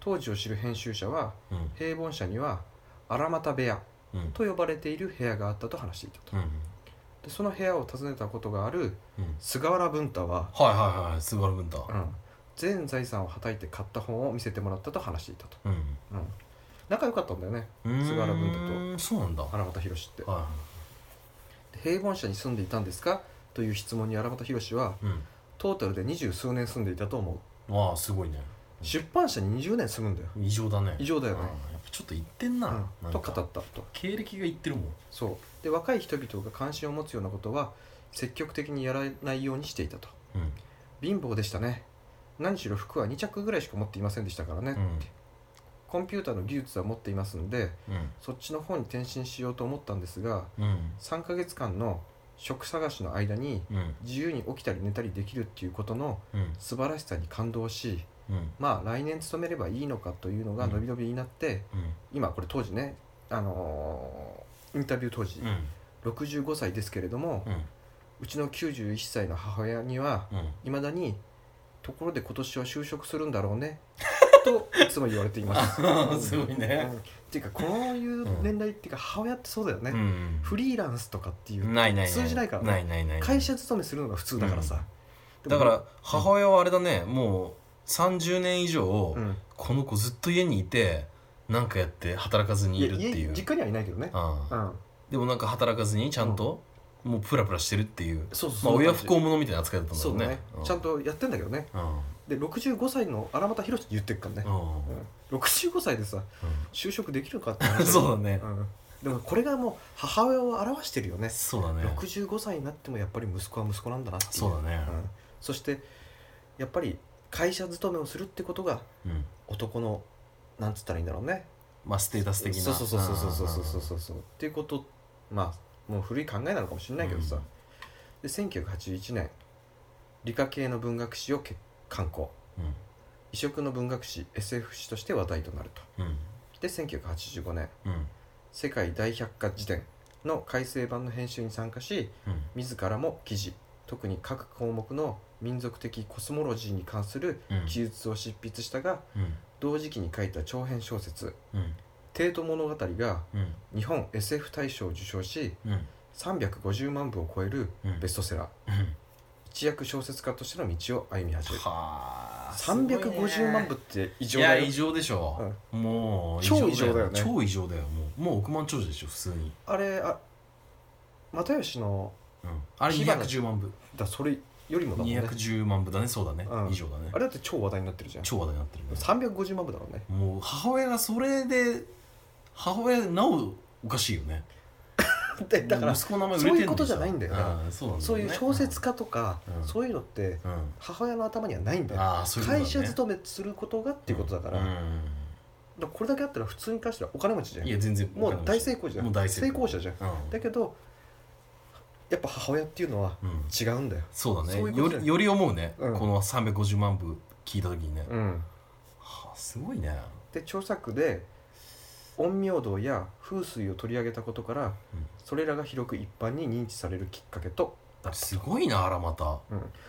[SPEAKER 1] 当時を知る編集者は
[SPEAKER 2] うん
[SPEAKER 1] 平凡社には荒俣部屋
[SPEAKER 2] うん
[SPEAKER 1] と呼ばれている部屋があったと話していたと
[SPEAKER 2] うん
[SPEAKER 1] でその部屋を訪ねたことがある
[SPEAKER 2] うん
[SPEAKER 1] 菅原文太は、
[SPEAKER 2] はいはいはい菅原文太
[SPEAKER 1] うん、全財産をはたいて買った本を見せてもらったと話していたと、
[SPEAKER 2] うん
[SPEAKER 1] うん、仲良かったんだよね
[SPEAKER 2] うーん
[SPEAKER 1] 菅原文太
[SPEAKER 2] そうなんだは
[SPEAKER 1] 荒俣宏って
[SPEAKER 2] いは
[SPEAKER 1] で平凡社に住んでいたんですかという質問に荒俣宏はい
[SPEAKER 2] うん
[SPEAKER 1] トータルで二十数年住んでいたと思う
[SPEAKER 2] わあすごいね
[SPEAKER 1] 出版社に20年住むんだよ、
[SPEAKER 2] 異常だね
[SPEAKER 1] 異常だよ
[SPEAKER 2] うん
[SPEAKER 1] ね
[SPEAKER 2] やっぱちょっと言ってんな
[SPEAKER 1] う、
[SPEAKER 2] なんん
[SPEAKER 1] と
[SPEAKER 2] か
[SPEAKER 1] 語ったと
[SPEAKER 2] 経歴が言ってるもん
[SPEAKER 1] そうで若い人々が関心を持つようなことは積極的にやらないようにしていたと
[SPEAKER 2] うん
[SPEAKER 1] 貧乏でしたね何しろ服は2着ぐらいしか持っていませんでしたからね、
[SPEAKER 2] うん
[SPEAKER 1] コンピューターの技術は持っていますので
[SPEAKER 2] うん
[SPEAKER 1] そっちの方に転身しようと思ったんですが
[SPEAKER 2] うん
[SPEAKER 1] 3ヶ月間の職探しの間に
[SPEAKER 2] うん
[SPEAKER 1] 自由に起きたり寝たりできるっていうことの
[SPEAKER 2] うん
[SPEAKER 1] 素晴らしさに感動し
[SPEAKER 2] うん
[SPEAKER 1] まあ来年勤めればいいのかというのが
[SPEAKER 2] うん
[SPEAKER 1] 伸び伸びになって、
[SPEAKER 2] うん
[SPEAKER 1] 今これ当時ねあのーインタビュー当時、
[SPEAKER 2] うん
[SPEAKER 1] 65歳ですけれども、
[SPEAKER 2] う
[SPEAKER 1] うんちの91歳の母親には
[SPEAKER 2] うん
[SPEAKER 1] いまだに「ところで今年は就職するんだろうね」といつも言われています。
[SPEAKER 2] あーすごいね
[SPEAKER 1] うんっていうかこういう年代っていうか母親ってそうだよね、
[SPEAKER 2] うん
[SPEAKER 1] フリーランスとかっていう
[SPEAKER 2] ないない
[SPEAKER 1] 通じないからね
[SPEAKER 2] ないないない
[SPEAKER 1] 会社勤めするのが普通だからさ、
[SPEAKER 2] だから母親はあれだねもう30年以上
[SPEAKER 1] うん、
[SPEAKER 2] この子ずっと家にいてなんかやって働かずに
[SPEAKER 1] い
[SPEAKER 2] い
[SPEAKER 1] や
[SPEAKER 2] るってい
[SPEAKER 1] 家
[SPEAKER 2] う
[SPEAKER 1] 実家にはいないけどね、
[SPEAKER 2] あ
[SPEAKER 1] う
[SPEAKER 2] あ
[SPEAKER 1] ん、
[SPEAKER 2] でもなんか働かずにちゃんともうプラプラしてるっていう
[SPEAKER 1] そうそ
[SPEAKER 2] まあ
[SPEAKER 1] う
[SPEAKER 2] 親不孝者みたいな扱いだったんだ
[SPEAKER 1] そ
[SPEAKER 2] ろう
[SPEAKER 1] うだね
[SPEAKER 2] ね、
[SPEAKER 1] ちゃんとやってんだけどね
[SPEAKER 2] うんうん
[SPEAKER 1] で65歳の荒俣宏って言ってるからね、うん、65歳でさ就職できるかって
[SPEAKER 2] うん
[SPEAKER 1] 話
[SPEAKER 2] そうだね
[SPEAKER 1] うん、でもこれがもう母親を表してるよね
[SPEAKER 2] そうだね
[SPEAKER 1] 65歳になってもやっぱり息子は息子なんだなっていう
[SPEAKER 2] そうだね
[SPEAKER 1] うん、そしてやっぱり会社勤めをするってことが
[SPEAKER 2] うん
[SPEAKER 1] 男のなんつったらいいんだろうね
[SPEAKER 2] まあステータス的な
[SPEAKER 1] そうそうそうそうそうそうそうそうそうっていうことまあもう古い考えなのかもしれないけどさ、
[SPEAKER 2] うん
[SPEAKER 1] で1981年理科系の文学史をけ刊行
[SPEAKER 2] うん
[SPEAKER 1] 異色の文学史 SF 史として話題となると
[SPEAKER 2] うん
[SPEAKER 1] で1985年
[SPEAKER 2] うん
[SPEAKER 1] 世界大百科事典の改正版の編集に参加し
[SPEAKER 2] うん
[SPEAKER 1] 自らも記事特に各項目の民族的コスモロジーに関する
[SPEAKER 2] うん
[SPEAKER 1] 記述を執筆したが
[SPEAKER 2] うん
[SPEAKER 1] 同時期に書いた長編小説
[SPEAKER 2] うん
[SPEAKER 1] 「帝都物語」が
[SPEAKER 2] うん
[SPEAKER 1] 日本 SF 大賞を受賞し
[SPEAKER 2] うん
[SPEAKER 1] 350万部を超える
[SPEAKER 2] うん
[SPEAKER 1] ベストセラー
[SPEAKER 2] うん
[SPEAKER 1] 一躍小説家としての道を歩み始める
[SPEAKER 2] はあ
[SPEAKER 1] 350万部って異常
[SPEAKER 2] い
[SPEAKER 1] だ
[SPEAKER 2] や
[SPEAKER 1] よ
[SPEAKER 2] 異常でしょ、もう
[SPEAKER 1] 超異常だよね
[SPEAKER 2] 超異常だよもうもう億万長者でしょ普通に、
[SPEAKER 1] あれあ又吉の
[SPEAKER 2] うん、あれ
[SPEAKER 1] 火花
[SPEAKER 2] 210万部
[SPEAKER 1] だそれよりもだもんね
[SPEAKER 2] 210万部だねそうだね、
[SPEAKER 1] うん
[SPEAKER 2] 以上だね
[SPEAKER 1] あれだって超話題になってるじゃん
[SPEAKER 2] 超話題になってるね
[SPEAKER 1] 350万部だもんね
[SPEAKER 2] もう母親がそれで母親なおおかしいよね
[SPEAKER 1] でだから
[SPEAKER 2] 息子の名前売れてん
[SPEAKER 1] そ
[SPEAKER 2] のにさ
[SPEAKER 1] ういうことじゃないんだよね
[SPEAKER 2] ああそうなんだ
[SPEAKER 1] そ
[SPEAKER 2] よね
[SPEAKER 1] ういう小説家とか、
[SPEAKER 2] うん
[SPEAKER 1] そういうのって
[SPEAKER 2] うん、うん
[SPEAKER 1] 母親の頭にはないんだよ
[SPEAKER 2] ああそういうことだね
[SPEAKER 1] 会社勤めすることがっていうことだから,、
[SPEAKER 2] うん
[SPEAKER 1] だからこれだけあったら普通に関してはお金持ちじゃん
[SPEAKER 2] いや全然
[SPEAKER 1] もう大成功じゃん
[SPEAKER 2] もう大成功
[SPEAKER 1] 者じゃん
[SPEAKER 2] うん
[SPEAKER 1] だけどやっぱ母親っていうのは
[SPEAKER 2] うん
[SPEAKER 1] 違うんだよ
[SPEAKER 2] そうだね
[SPEAKER 1] そういうこと
[SPEAKER 2] よ
[SPEAKER 1] じゃん
[SPEAKER 2] りより思うね、
[SPEAKER 1] うん
[SPEAKER 2] この350万部聞いた時にね、
[SPEAKER 1] うん
[SPEAKER 2] はあすごいね
[SPEAKER 1] で著作で陰陽道や風水を取り上げたことから、
[SPEAKER 2] うん
[SPEAKER 1] それらが広く一般に認知されるきっかけとった
[SPEAKER 2] すごいなあらまた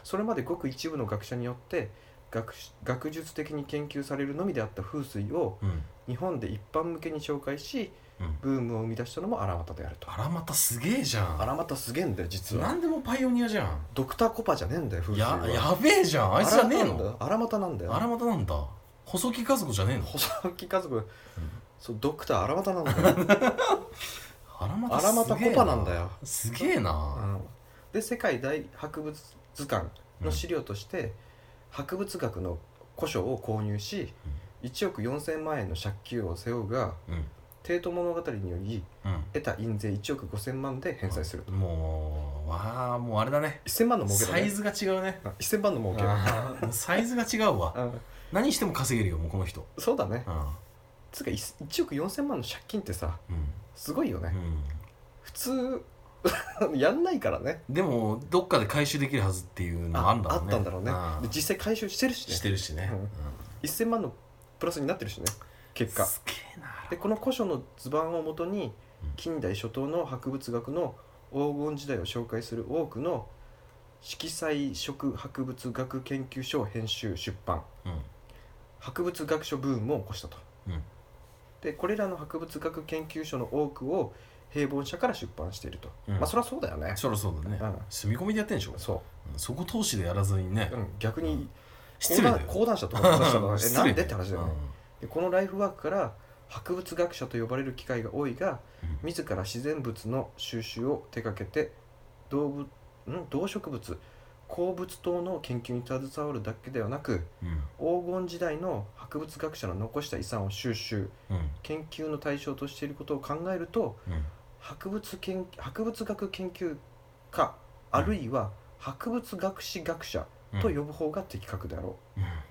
[SPEAKER 1] それまでごく一部の学者によって学し学術的に研究されるのみであった風水を
[SPEAKER 2] うん
[SPEAKER 1] 日本で一般向けに紹介し
[SPEAKER 2] うん
[SPEAKER 1] ブームを生み出したのも荒俣であると
[SPEAKER 2] あらまたすげえじゃん
[SPEAKER 1] 荒俣すげえんだよ実は
[SPEAKER 2] 何でもパイオニアじゃん
[SPEAKER 1] ドクターコパじゃねえんだよ風水
[SPEAKER 2] や
[SPEAKER 1] は
[SPEAKER 2] やべえじゃんあいつじゃねえの
[SPEAKER 1] 荒俣なんだよ
[SPEAKER 2] あらまたなんだ細木和子じゃねえの
[SPEAKER 1] 細木和子、そうドクター荒俣なんだよ、
[SPEAKER 2] あらまたすげえ
[SPEAKER 1] あらまたコパなんだよ
[SPEAKER 2] すげえ
[SPEAKER 1] う、
[SPEAKER 2] なん
[SPEAKER 1] で世界大博物図鑑の資料として、博物学の古書を購入し、1億4000万円の借金を背負うが
[SPEAKER 2] うん
[SPEAKER 1] 帝都物語により
[SPEAKER 2] うん
[SPEAKER 1] 得た印税1億5000万で返済すると、
[SPEAKER 2] もうわあもうあれだね
[SPEAKER 1] 1000万の儲け
[SPEAKER 2] サ
[SPEAKER 1] だ、
[SPEAKER 2] イ
[SPEAKER 1] ね、
[SPEAKER 2] ズが違うね
[SPEAKER 1] あ1000万の儲け
[SPEAKER 2] あーもうサイズが違うわ
[SPEAKER 1] うん
[SPEAKER 2] 何しても稼げるよもうこの人
[SPEAKER 1] そうだね、
[SPEAKER 2] うん
[SPEAKER 1] つうかい1億4000万の借金ってさ
[SPEAKER 2] うん
[SPEAKER 1] すごいよね、
[SPEAKER 2] う
[SPEAKER 1] 普通 やんないからね
[SPEAKER 2] んでもどっかで回収できるはずっていうのがあんだろう
[SPEAKER 1] あ
[SPEAKER 2] ね
[SPEAKER 1] ったんだろうね
[SPEAKER 2] あ
[SPEAKER 1] で
[SPEAKER 2] ー
[SPEAKER 1] 実際回収してるしね
[SPEAKER 2] してるしね
[SPEAKER 1] うん1000万のプラスになってるしね結果
[SPEAKER 2] すげえな
[SPEAKER 1] でこの古書の図版をもとに近代初頭の博物学の黄金時代を紹介する多くの色彩色博物学研究所を編集出版
[SPEAKER 2] うん
[SPEAKER 1] 博物学書ブームを起こしたと、
[SPEAKER 2] うん
[SPEAKER 1] でこれらの博物学研究所の多くを平凡社から出版していると、
[SPEAKER 2] うん
[SPEAKER 1] まあそりゃそうだよね
[SPEAKER 2] そりゃそうだね、
[SPEAKER 1] うん
[SPEAKER 2] 住み込みでやってんでしょ
[SPEAKER 1] そ
[SPEAKER 2] うんそこ投資でやらずにね、
[SPEAKER 1] う、うん、逆に
[SPEAKER 2] 失礼だよ
[SPEAKER 1] 講談講談社とかの話だからえ
[SPEAKER 2] 失
[SPEAKER 1] な
[SPEAKER 2] 礼
[SPEAKER 1] んでって話だよね、でこのライフワークから博物学者と呼ばれる機会が多いが
[SPEAKER 2] うん
[SPEAKER 1] 自ら自然物の収集を手掛けて動物ん動植物鉱物等の研究に携わるだけではなく
[SPEAKER 2] うん
[SPEAKER 1] 黄金時代の博物学者の残した遺産を収集
[SPEAKER 2] うん
[SPEAKER 1] 研究の対象としていることを考えると
[SPEAKER 2] うん
[SPEAKER 1] 博物研博物学研究家あるいは博物学士学者
[SPEAKER 2] うん
[SPEAKER 1] と呼ぶ方が的確であろ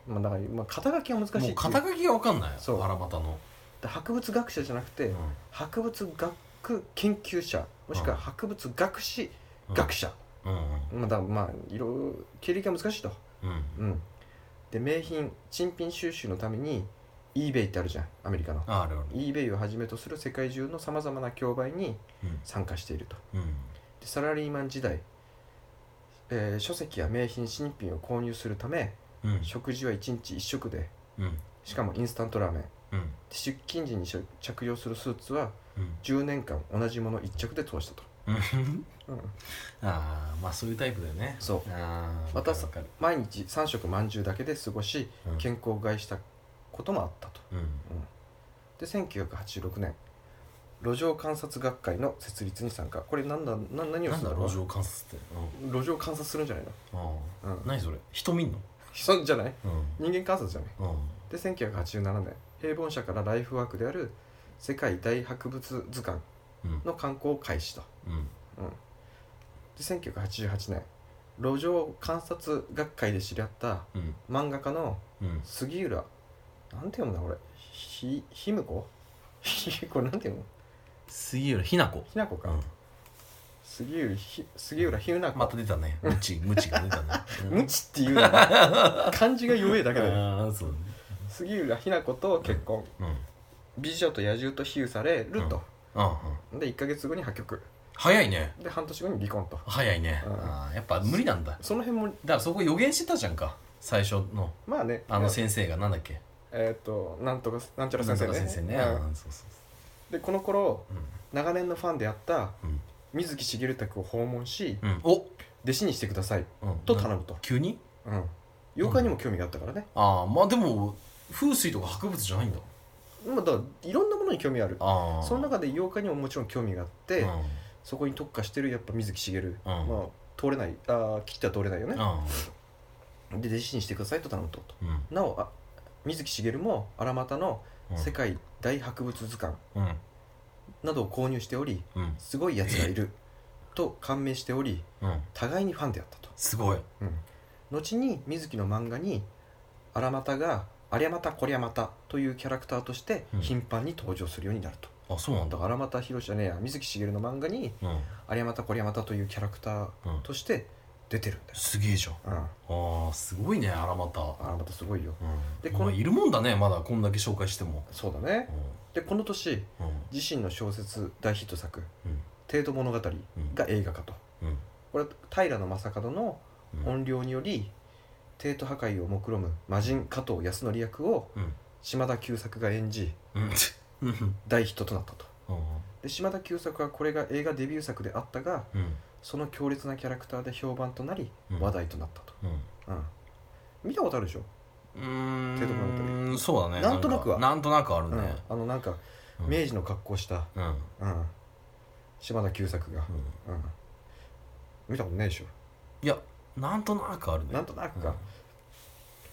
[SPEAKER 2] うん
[SPEAKER 1] う、まあ、だから、まあ、肩書きが難しいって
[SPEAKER 2] も
[SPEAKER 1] いうう
[SPEAKER 2] 肩書きが分かんない
[SPEAKER 1] そう
[SPEAKER 2] 荒俣の、
[SPEAKER 1] で博物学者じゃなくて、
[SPEAKER 2] うん
[SPEAKER 1] 博物学研究者もしくは
[SPEAKER 2] うん
[SPEAKER 1] 博物学士、
[SPEAKER 2] うん
[SPEAKER 1] 学者
[SPEAKER 2] うん
[SPEAKER 1] まだまあいろいろ経歴が難しいと、
[SPEAKER 2] うんうん
[SPEAKER 1] うん、で名品珍品収集のために eBay ってあるじゃんアメリカの
[SPEAKER 2] ああるある
[SPEAKER 1] eBay をはじめとする世界中のさまざまな競売に
[SPEAKER 2] うん
[SPEAKER 1] 参加していると
[SPEAKER 2] うん
[SPEAKER 1] でサラリーマン時代、えー書籍や名品新品を購入するため
[SPEAKER 2] うん
[SPEAKER 1] 食事は1日1食で
[SPEAKER 2] うん
[SPEAKER 1] しかもインスタントラーメンで
[SPEAKER 2] うん
[SPEAKER 1] 出勤時に着着用するスーツは
[SPEAKER 2] うん
[SPEAKER 1] 10年間同じもの1着で通したと、
[SPEAKER 2] うん
[SPEAKER 1] うん、
[SPEAKER 2] ああまあそういうタイプだよね
[SPEAKER 1] そう
[SPEAKER 2] ああ
[SPEAKER 1] また
[SPEAKER 2] 分かる
[SPEAKER 1] 毎日3食まんじゅうだけで過ごし
[SPEAKER 2] 分かる
[SPEAKER 1] 健康を害したこともあったと
[SPEAKER 2] うんうん
[SPEAKER 1] で1986年路上観察学会の設立に参加これ何だな何を
[SPEAKER 2] なん
[SPEAKER 1] する
[SPEAKER 2] だ
[SPEAKER 1] の
[SPEAKER 2] 路上観察ってうん
[SPEAKER 1] 路上観察するんじゃない
[SPEAKER 2] あ
[SPEAKER 1] のう
[SPEAKER 2] あ
[SPEAKER 1] ん
[SPEAKER 2] 何それ人見んの
[SPEAKER 1] そうじゃない
[SPEAKER 2] うん
[SPEAKER 1] 人間観察じゃない
[SPEAKER 2] うん
[SPEAKER 1] で1987年平凡社からライフワークである世界大博物図鑑
[SPEAKER 2] うん
[SPEAKER 1] の観光を開始と
[SPEAKER 2] うん
[SPEAKER 1] で1988年路上観察学会で知り合った
[SPEAKER 2] うん
[SPEAKER 1] 漫画家の
[SPEAKER 2] うん
[SPEAKER 1] 杉浦なんて読むんだこれひひむこ これなんて読むの
[SPEAKER 2] 杉浦日な子
[SPEAKER 1] ひなこか、杉浦ひ杉浦ひなこ、
[SPEAKER 2] また出たねムチムチが出たねうん
[SPEAKER 1] 無知っていうな 漢字が弱いだけだよ
[SPEAKER 2] ああそうね
[SPEAKER 1] 杉浦ひな子と結婚、
[SPEAKER 2] うんうん
[SPEAKER 1] 美女と野獣と比喩されると、
[SPEAKER 2] うん
[SPEAKER 1] で1か月後に破局
[SPEAKER 2] 早いね
[SPEAKER 1] で半年後に離婚と
[SPEAKER 2] 早いね
[SPEAKER 1] うん
[SPEAKER 2] あーやっぱ無理なんだだか
[SPEAKER 1] その辺も
[SPEAKER 2] らそこ予言してたじゃんか最初の
[SPEAKER 1] まあね
[SPEAKER 2] あの
[SPEAKER 1] えっ、
[SPEAKER 2] 先生がなんだっけ
[SPEAKER 1] えーとなんとかなんちゃら
[SPEAKER 2] なん
[SPEAKER 1] 先
[SPEAKER 2] と
[SPEAKER 1] 生
[SPEAKER 2] か
[SPEAKER 1] ね
[SPEAKER 2] 先生ね
[SPEAKER 1] うん
[SPEAKER 2] うんそうそう
[SPEAKER 1] でこの頃
[SPEAKER 2] そう
[SPEAKER 1] 長年のファンであった
[SPEAKER 2] うん
[SPEAKER 1] 水木しげる宅を訪問し
[SPEAKER 2] うんうんお
[SPEAKER 1] 弟子にしてください
[SPEAKER 2] うん
[SPEAKER 1] と頼むと、
[SPEAKER 2] 急に
[SPEAKER 1] うん、妖怪にも興味があったからね、
[SPEAKER 2] ああまあでも風水とか博物じゃないんだ
[SPEAKER 1] まあ、だからいろんなものに興味ある
[SPEAKER 2] ああ
[SPEAKER 1] その中で妖怪にももちろん興味があって、
[SPEAKER 2] うん
[SPEAKER 1] そこに特化してるやっぱ水木しげる、
[SPEAKER 2] うん
[SPEAKER 1] まあ通れないあー切っては通れないよね、
[SPEAKER 2] う
[SPEAKER 1] で弟子にしてくださいと頼むとと
[SPEAKER 2] んうん
[SPEAKER 1] なおあ水木しげるも荒俣の
[SPEAKER 2] うん
[SPEAKER 1] 世界大博物図鑑
[SPEAKER 2] うん
[SPEAKER 1] などを購入しており
[SPEAKER 2] うん
[SPEAKER 1] すごいやつがいると感銘しており
[SPEAKER 2] うん
[SPEAKER 1] 互いにファンであったと、
[SPEAKER 2] すごい
[SPEAKER 1] うん、後に水木の漫画に荒俣が「ありゃまたこりゃまた」というキャラクターとして
[SPEAKER 2] うん
[SPEAKER 1] 頻繁に登場するようになると、
[SPEAKER 2] あそうなん
[SPEAKER 1] だ
[SPEAKER 2] だ
[SPEAKER 1] から荒俣宏じゃねえや水木しげるの漫画に
[SPEAKER 2] うん
[SPEAKER 1] 「ありゃまたこりゃまた」というキャラクター
[SPEAKER 2] うん
[SPEAKER 1] として出てるんだよ、
[SPEAKER 2] すげえじゃん
[SPEAKER 1] うん、
[SPEAKER 2] ああすごいね荒俣
[SPEAKER 1] 荒俣すごいよ
[SPEAKER 2] で
[SPEAKER 1] で
[SPEAKER 2] こ
[SPEAKER 1] こ
[SPEAKER 2] の
[SPEAKER 1] の
[SPEAKER 2] いるもんだねまだこんだけ紹介しても
[SPEAKER 1] そうだねでこの年
[SPEAKER 2] うん
[SPEAKER 1] 自身の小説大ヒット作
[SPEAKER 2] うん
[SPEAKER 1] 「帝都物語」が映画化と
[SPEAKER 2] うん
[SPEAKER 1] これ平将門の
[SPEAKER 2] うん
[SPEAKER 1] 怨霊により帝都破壊を目論む魔人加藤康則役を
[SPEAKER 2] うん
[SPEAKER 1] 島田久作が演じ
[SPEAKER 2] うんうん
[SPEAKER 1] 大ヒットとなったと
[SPEAKER 2] うん
[SPEAKER 1] で島田久作はこれが映画デビュー作であったが
[SPEAKER 2] うん
[SPEAKER 1] その強烈なキャラクターで評判となり
[SPEAKER 2] うん
[SPEAKER 1] 話題となったと、
[SPEAKER 2] うん
[SPEAKER 1] うん見たことあるでしょ、
[SPEAKER 2] う
[SPEAKER 1] ってとこなん
[SPEAKER 2] ーんそうだね
[SPEAKER 1] なんとなくは
[SPEAKER 2] んかなんとなくある
[SPEAKER 1] うん
[SPEAKER 2] ね、
[SPEAKER 1] あのなんか
[SPEAKER 2] うん
[SPEAKER 1] 明治の格好した、
[SPEAKER 2] うん、うん
[SPEAKER 1] うん、島田久作が、うん、見たことないでしょ
[SPEAKER 2] いやなんとなくあるね
[SPEAKER 1] なんとなくか、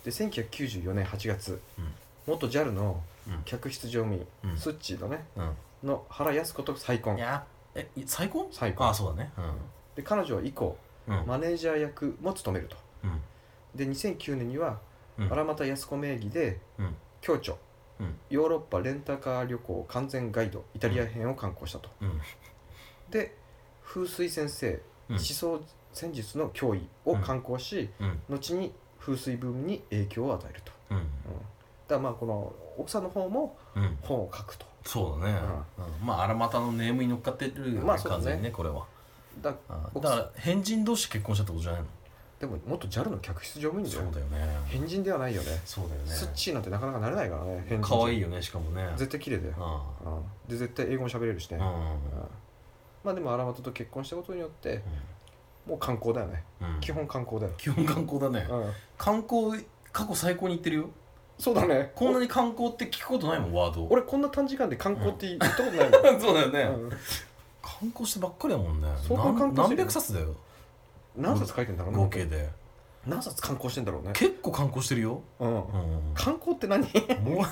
[SPEAKER 1] で1994年8月、
[SPEAKER 2] うん
[SPEAKER 1] 元 JAL の
[SPEAKER 2] うん
[SPEAKER 1] 客室乗務員、
[SPEAKER 2] うん
[SPEAKER 1] スッチーのね
[SPEAKER 2] うん
[SPEAKER 1] の原康子と再
[SPEAKER 2] うん
[SPEAKER 1] 婚
[SPEAKER 2] いやえい再婚
[SPEAKER 1] 再婚
[SPEAKER 2] あそうだね
[SPEAKER 1] で彼女は以降
[SPEAKER 2] うんうん
[SPEAKER 1] マネージャー役も務めると
[SPEAKER 2] うん
[SPEAKER 1] で2009年には
[SPEAKER 2] うん
[SPEAKER 1] 荒俣康子名義で
[SPEAKER 2] うん
[SPEAKER 1] 共著、
[SPEAKER 2] うん
[SPEAKER 1] ヨーロッパレンタカー旅行完全ガイドイタリア編を刊行したと、
[SPEAKER 2] うん
[SPEAKER 1] で風水先生、
[SPEAKER 2] うん
[SPEAKER 1] 思想戦術の脅威を刊行し、
[SPEAKER 2] うん
[SPEAKER 1] 後に風水ブームに影響を与えると、
[SPEAKER 2] うん
[SPEAKER 1] うん、だからまあこの奥さんの方も
[SPEAKER 2] うん
[SPEAKER 1] 本を書くと
[SPEAKER 2] そうだね、うんまあ荒俣のネームに乗っかってるよね
[SPEAKER 1] まあそうだね
[SPEAKER 2] 完全にねこれは
[SPEAKER 1] だ
[SPEAKER 2] あ
[SPEAKER 1] 僕
[SPEAKER 2] だから変人同士結婚したってことじゃないの
[SPEAKER 1] でも元 JAL の客室乗務員だ
[SPEAKER 2] そう
[SPEAKER 1] よ
[SPEAKER 2] だよね
[SPEAKER 1] 変人ではないよね
[SPEAKER 2] そうだよ
[SPEAKER 1] スッ
[SPEAKER 2] ね
[SPEAKER 1] チーなんてなかなかなれないからね変人
[SPEAKER 2] 可愛いよねしかもね
[SPEAKER 1] 絶対綺麗だよ、
[SPEAKER 2] あ
[SPEAKER 1] うんで絶対英語も喋れるしね、
[SPEAKER 2] あ
[SPEAKER 1] うんまあでも荒俣と結婚したことによってもう観光だよね
[SPEAKER 2] うん、うん
[SPEAKER 1] 基本観光だよ、
[SPEAKER 2] 基本観光だね
[SPEAKER 1] うん、
[SPEAKER 2] 観光過去最高に行ってるよ
[SPEAKER 1] そうだね
[SPEAKER 2] こんなに観光って聞くことないもんワード
[SPEAKER 1] 俺こんな短時間で観光って言ったことないもん、
[SPEAKER 2] そうだよ ね、
[SPEAKER 1] うん
[SPEAKER 2] 観光してばっかりだもんね
[SPEAKER 1] 相当観光してる
[SPEAKER 2] 何何百冊だよ
[SPEAKER 1] 何冊書いてんだろう
[SPEAKER 2] 合
[SPEAKER 1] ね
[SPEAKER 2] 計で
[SPEAKER 1] 何冊観光してんだろうね、
[SPEAKER 2] 結構観光してるよ、
[SPEAKER 1] うん
[SPEAKER 2] う、ん、
[SPEAKER 1] 観光って何
[SPEAKER 2] も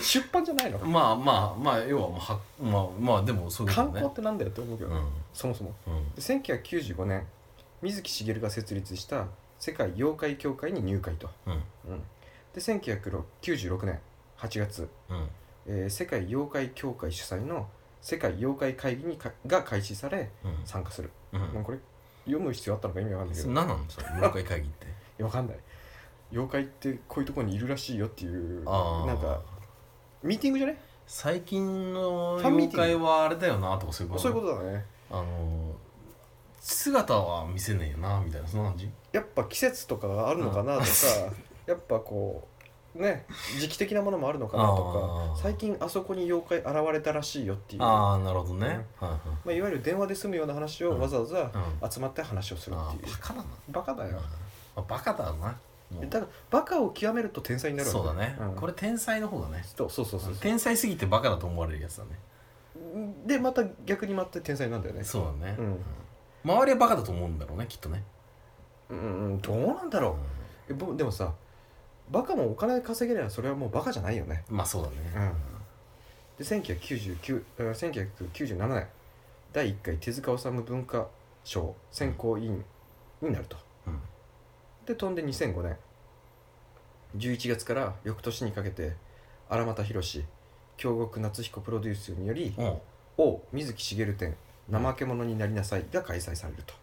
[SPEAKER 1] 出版じゃないの
[SPEAKER 2] うまあまあまあ要はもうはまあまあでもそういうこ と
[SPEAKER 1] 観
[SPEAKER 2] ね
[SPEAKER 1] 光ってなんだよって思うけど、
[SPEAKER 2] うん
[SPEAKER 1] そもそも
[SPEAKER 2] うん
[SPEAKER 1] で1995年水木しげるが設立した世界妖怪協会に入会と、
[SPEAKER 2] うん
[SPEAKER 1] うん、で1996年8月、
[SPEAKER 2] うん
[SPEAKER 1] えー世界妖怪協会主催の世界妖怪会議にかが開始され
[SPEAKER 2] うん
[SPEAKER 1] 参加する、
[SPEAKER 2] うん
[SPEAKER 1] もうこれ読む必要あったのか意味わかんないけど
[SPEAKER 2] 何なのその妖怪会議って
[SPEAKER 1] わかんない妖怪ってこういうところにいるらしいよっていう
[SPEAKER 2] ああ
[SPEAKER 1] なんかミーティングじゃね
[SPEAKER 2] 最近の
[SPEAKER 1] ファンミ
[SPEAKER 2] 妖
[SPEAKER 1] ーティング
[SPEAKER 2] 怪はあれだよなとかそういうこと
[SPEAKER 1] そういうことだね
[SPEAKER 2] あの姿は見せねえよなみたいなそんな感じ
[SPEAKER 1] やっぱ季節とかがあるのかなとか、やっぱこうね時期的なものもあるのかなと
[SPEAKER 2] あ
[SPEAKER 1] か
[SPEAKER 2] ー
[SPEAKER 1] 最近あそこに妖怪現れたらしいよっていう
[SPEAKER 2] ああなるほどね、はい
[SPEAKER 1] まあ、いわゆる電話で済むような話を
[SPEAKER 2] うん
[SPEAKER 1] わざわざ
[SPEAKER 2] はいうん
[SPEAKER 1] 集まって話をする
[SPEAKER 2] あ
[SPEAKER 1] っていう
[SPEAKER 2] バ、カだな
[SPEAKER 1] バカだよ、
[SPEAKER 2] あバカだなもう
[SPEAKER 1] だからバカを極めると天才になる
[SPEAKER 2] そうだね、
[SPEAKER 1] うん
[SPEAKER 2] これ天才の方だね
[SPEAKER 1] そうそうそうそう
[SPEAKER 2] 天才すぎてバカだと思われるやつだね
[SPEAKER 1] でまた逆にまた天才なんだよね
[SPEAKER 2] そうだね、
[SPEAKER 1] うん
[SPEAKER 2] 周りはバカだと思うんだろうねきっとね
[SPEAKER 1] うんうんどうなんだろうえぼでもさバカもお金稼げればそれはもうバカじゃないよね
[SPEAKER 2] まあそうだね
[SPEAKER 1] で1999えー1997年第1回手塚治虫文化賞選考委員になると
[SPEAKER 2] うん
[SPEAKER 1] で飛んで2005年11月から翌年にかけて荒俣宏京極夏彦プロデュースにより
[SPEAKER 2] うんうん
[SPEAKER 1] 「王水木しげる展怠け者になりなさい」が開催されると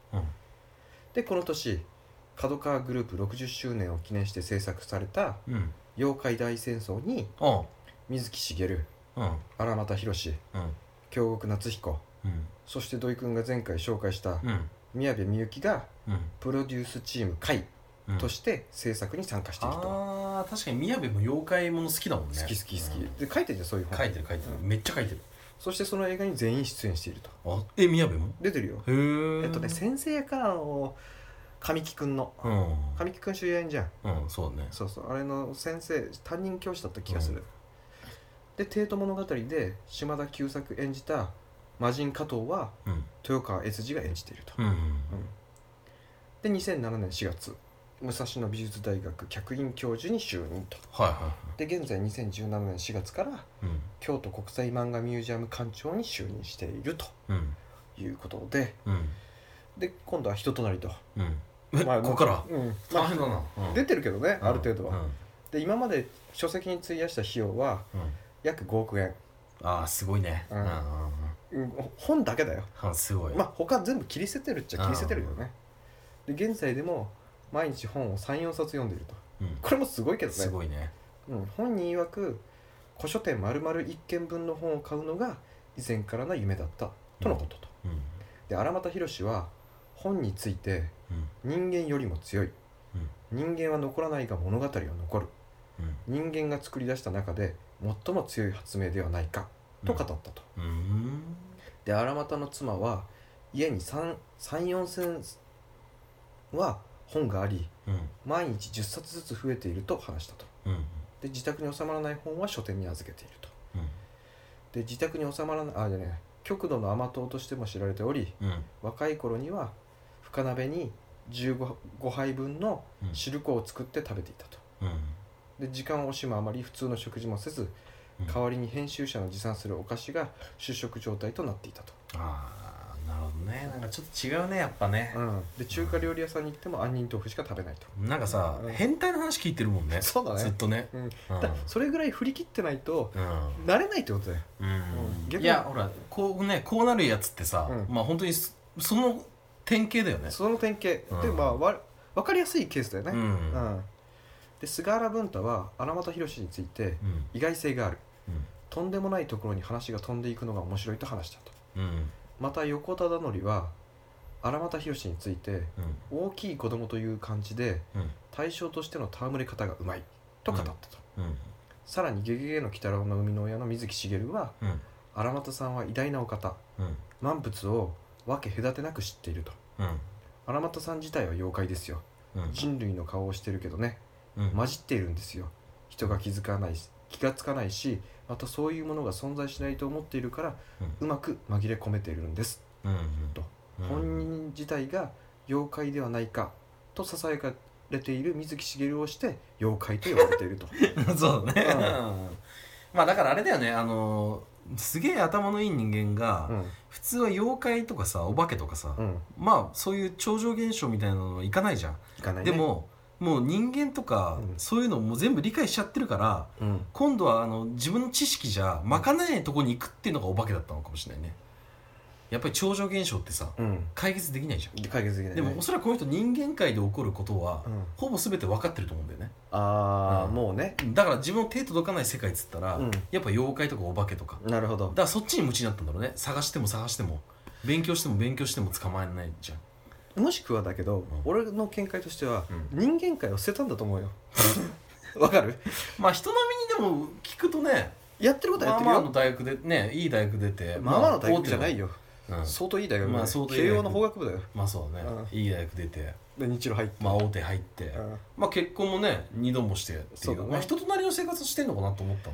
[SPEAKER 1] でこの年角川グループ60周年を記念して制作された
[SPEAKER 2] うんうん
[SPEAKER 1] 「妖怪大戦争」に水木しげる
[SPEAKER 2] うん
[SPEAKER 1] 荒俣宏
[SPEAKER 2] うん
[SPEAKER 1] 京極夏彦
[SPEAKER 2] うん
[SPEAKER 1] そして土井くんが前回紹介した
[SPEAKER 2] うん
[SPEAKER 1] 宮部みゆきが
[SPEAKER 2] うん
[SPEAKER 1] プロデュースチーム会
[SPEAKER 2] うん
[SPEAKER 1] として制作に参加していると、
[SPEAKER 2] あー確かに宮部も妖怪もの好きだもんね
[SPEAKER 1] 好き好き好き、
[SPEAKER 2] うん
[SPEAKER 1] で書いてるじゃんそういう
[SPEAKER 2] 書
[SPEAKER 1] 本
[SPEAKER 2] いてる書いてる
[SPEAKER 1] う
[SPEAKER 2] めっちゃ書いてる
[SPEAKER 1] そしてその映画に全員出演していると
[SPEAKER 2] あえ宮部も
[SPEAKER 1] 出てるよ
[SPEAKER 2] へえ
[SPEAKER 1] えっとね先生からの神木くんの
[SPEAKER 2] うん
[SPEAKER 1] 神木くん主演じゃん
[SPEAKER 2] うんそうだね
[SPEAKER 1] そうそうあれの先生担任教師だった気がする、で帝都物語で島田久作演じた魔人加藤は
[SPEAKER 2] うん
[SPEAKER 1] 豊川悦司が演じていると、
[SPEAKER 2] うん
[SPEAKER 1] で2007年4月武蔵野美術大学客員教授に就任と
[SPEAKER 2] はいは
[SPEAKER 1] で現在2017年4月から
[SPEAKER 2] いうん
[SPEAKER 1] 京都国際漫画ミュージアム館長に就任していると
[SPEAKER 2] うん
[SPEAKER 1] いうことで
[SPEAKER 2] うん
[SPEAKER 1] で今度は人となりと
[SPEAKER 2] うんえ
[SPEAKER 1] まあ
[SPEAKER 2] ここから
[SPEAKER 1] うん
[SPEAKER 2] 大
[SPEAKER 1] ま
[SPEAKER 2] 変だな
[SPEAKER 1] あ、
[SPEAKER 2] うん
[SPEAKER 1] 出てるけどね、ある程度は、
[SPEAKER 2] うん
[SPEAKER 1] で今まで書籍に費やした費用は
[SPEAKER 2] うん
[SPEAKER 1] 約5億円、
[SPEAKER 2] ああすごいね
[SPEAKER 1] う
[SPEAKER 2] うんんうん
[SPEAKER 1] うん、本だけだよ
[SPEAKER 2] うんすごい
[SPEAKER 1] まあ他全部切り捨ててるっちゃ切り捨ててるよねで現在でも毎日本を34冊読んでいると
[SPEAKER 2] うん
[SPEAKER 1] これもすごいけどね
[SPEAKER 2] すごいね
[SPEAKER 1] うん、本人曰く古書店丸々1軒分の本を買うのが以前からの夢だったとのことと、
[SPEAKER 2] うん
[SPEAKER 1] で荒俣宏は本について
[SPEAKER 2] うん
[SPEAKER 1] 人間よりも強い、人間は残らないが物語は残る
[SPEAKER 2] う
[SPEAKER 1] 人
[SPEAKER 2] ん
[SPEAKER 1] 間が作り出した中で最も強い発明ではないかと語ったと、
[SPEAKER 2] うーん
[SPEAKER 1] で荒俣の妻は家に34千は本があり
[SPEAKER 2] うん
[SPEAKER 1] 毎日10冊ずつ増えていると話したと
[SPEAKER 2] うん
[SPEAKER 1] で自宅に収まらない本は書店に預けていると
[SPEAKER 2] うん
[SPEAKER 1] で自宅に収まらないあじゃね極度の甘党としても知られており
[SPEAKER 2] うん
[SPEAKER 1] 若い頃には深鍋に15杯分の
[SPEAKER 2] うん
[SPEAKER 1] 汁粉を作って食べていたと
[SPEAKER 2] うん
[SPEAKER 1] で時間を惜しむあまり普通の食事もせず
[SPEAKER 2] うん
[SPEAKER 1] 代わりに編集者の持参するお菓子が主食状態となっていたと、
[SPEAKER 2] ああなるほどねなんかちょっと違うねやっぱね、
[SPEAKER 1] うん、で中華料理屋さんに行っても杏仁豆腐しか食べないと、
[SPEAKER 2] なんかさ、
[SPEAKER 1] うん
[SPEAKER 2] 変態の話聞いてるもんね
[SPEAKER 1] そうだね
[SPEAKER 2] ずっとね
[SPEAKER 1] うん
[SPEAKER 2] うん
[SPEAKER 1] だそれぐらい振り切ってないと
[SPEAKER 2] うん
[SPEAKER 1] 慣れないってことだよ
[SPEAKER 2] うん
[SPEAKER 1] 逆に
[SPEAKER 2] いやほらこうねこうなるやつってさ、
[SPEAKER 1] うん
[SPEAKER 2] まあ本当にそその典型だよね
[SPEAKER 1] その典型、
[SPEAKER 2] うん
[SPEAKER 1] でまあわ分かりやすいケースだよ
[SPEAKER 2] う
[SPEAKER 1] ね、
[SPEAKER 2] んうん
[SPEAKER 1] うんで菅原文太は荒俣宏について意外性があるとんでもないところに話が飛んでいくのが面白いと話したと
[SPEAKER 2] うんうん
[SPEAKER 1] また横田忠則は荒俣宏について
[SPEAKER 2] うん
[SPEAKER 1] 大きい子供という感じで
[SPEAKER 2] うん
[SPEAKER 1] 対象としての戯れ方がうまいと語ったと、
[SPEAKER 2] うん
[SPEAKER 1] さらに「ゲゲゲの鬼太郎」の生みの親の水木しげるは
[SPEAKER 2] うん
[SPEAKER 1] 荒俣さんは偉大なお方
[SPEAKER 2] うん
[SPEAKER 1] 万物を分け隔てなく知っていると
[SPEAKER 2] うん
[SPEAKER 1] 荒俣さん自体は妖怪ですよ
[SPEAKER 2] うん
[SPEAKER 1] 人類の顔をしてるけどね
[SPEAKER 2] うん
[SPEAKER 1] 混じっているんですよ人が気づかないし気がつかないしまたそういうものが存在しないと思っているからうまく紛れ込めているんです、
[SPEAKER 2] うんうん
[SPEAKER 1] と
[SPEAKER 2] うん
[SPEAKER 1] 本人自体が妖怪ではないかとささやかれている水木しげるをして妖怪と呼ばれている と
[SPEAKER 2] そうだね、
[SPEAKER 1] うん
[SPEAKER 2] うんまあだからあれだよねあのすげえ頭のいい人間が、
[SPEAKER 1] うん
[SPEAKER 2] 普通は妖怪とかさお化けとかさ、
[SPEAKER 1] うん
[SPEAKER 2] まあそういう超常現象みたいなのはいかないじゃん、
[SPEAKER 1] いかないね
[SPEAKER 2] でももう人間とか、
[SPEAKER 1] うん
[SPEAKER 2] そういうのもう全部理解しちゃってるから
[SPEAKER 1] うん
[SPEAKER 2] 今度はあの自分の知識じゃ賄えないとこに行くっていうのがお化けだったのかもしれないねやっぱり超常現象ってさ
[SPEAKER 1] うん
[SPEAKER 2] 解決できないじゃん、
[SPEAKER 1] 解決できないね
[SPEAKER 2] でもおそらくこの人人間界で起こることは、
[SPEAKER 1] うん
[SPEAKER 2] ほぼ全て分かってると思うんだよね
[SPEAKER 1] ああ、
[SPEAKER 2] うん
[SPEAKER 1] もうね
[SPEAKER 2] だから自分の手届かない世界っつったら、
[SPEAKER 1] うん
[SPEAKER 2] やっぱ妖怪とかお化けとか
[SPEAKER 1] なるほど
[SPEAKER 2] だからそっちに夢中になったんだろうね探しても探しても勉強しても勉強しても捕まえないじゃん
[SPEAKER 1] もしくはだけど、
[SPEAKER 2] ん
[SPEAKER 1] 俺の見解としては、
[SPEAKER 2] う
[SPEAKER 1] 人間界を捨てたんだと思うよ わかる
[SPEAKER 2] まあ人並みにでも聞くとね
[SPEAKER 1] やってることはやっ
[SPEAKER 2] まあ
[SPEAKER 1] てる
[SPEAKER 2] まあ
[SPEAKER 1] よ、
[SPEAKER 2] の大学でねいい大学出て
[SPEAKER 1] まあまあの大学じゃな
[SPEAKER 2] よ
[SPEAKER 1] いよ、
[SPEAKER 2] うん
[SPEAKER 1] 相当いい大学だよ、
[SPEAKER 2] まあ相当いい大
[SPEAKER 1] 慶
[SPEAKER 2] 学
[SPEAKER 1] 応の法学部だよ
[SPEAKER 2] まあそうだね、
[SPEAKER 1] う
[SPEAKER 2] いい大学出て
[SPEAKER 1] で日露入って、
[SPEAKER 2] まあ大手入って、
[SPEAKER 1] うん
[SPEAKER 2] まあ結婚もね二度もしてってい
[SPEAKER 1] そう
[SPEAKER 2] う
[SPEAKER 1] だね
[SPEAKER 2] まあ人となりの生活してんのかなと思った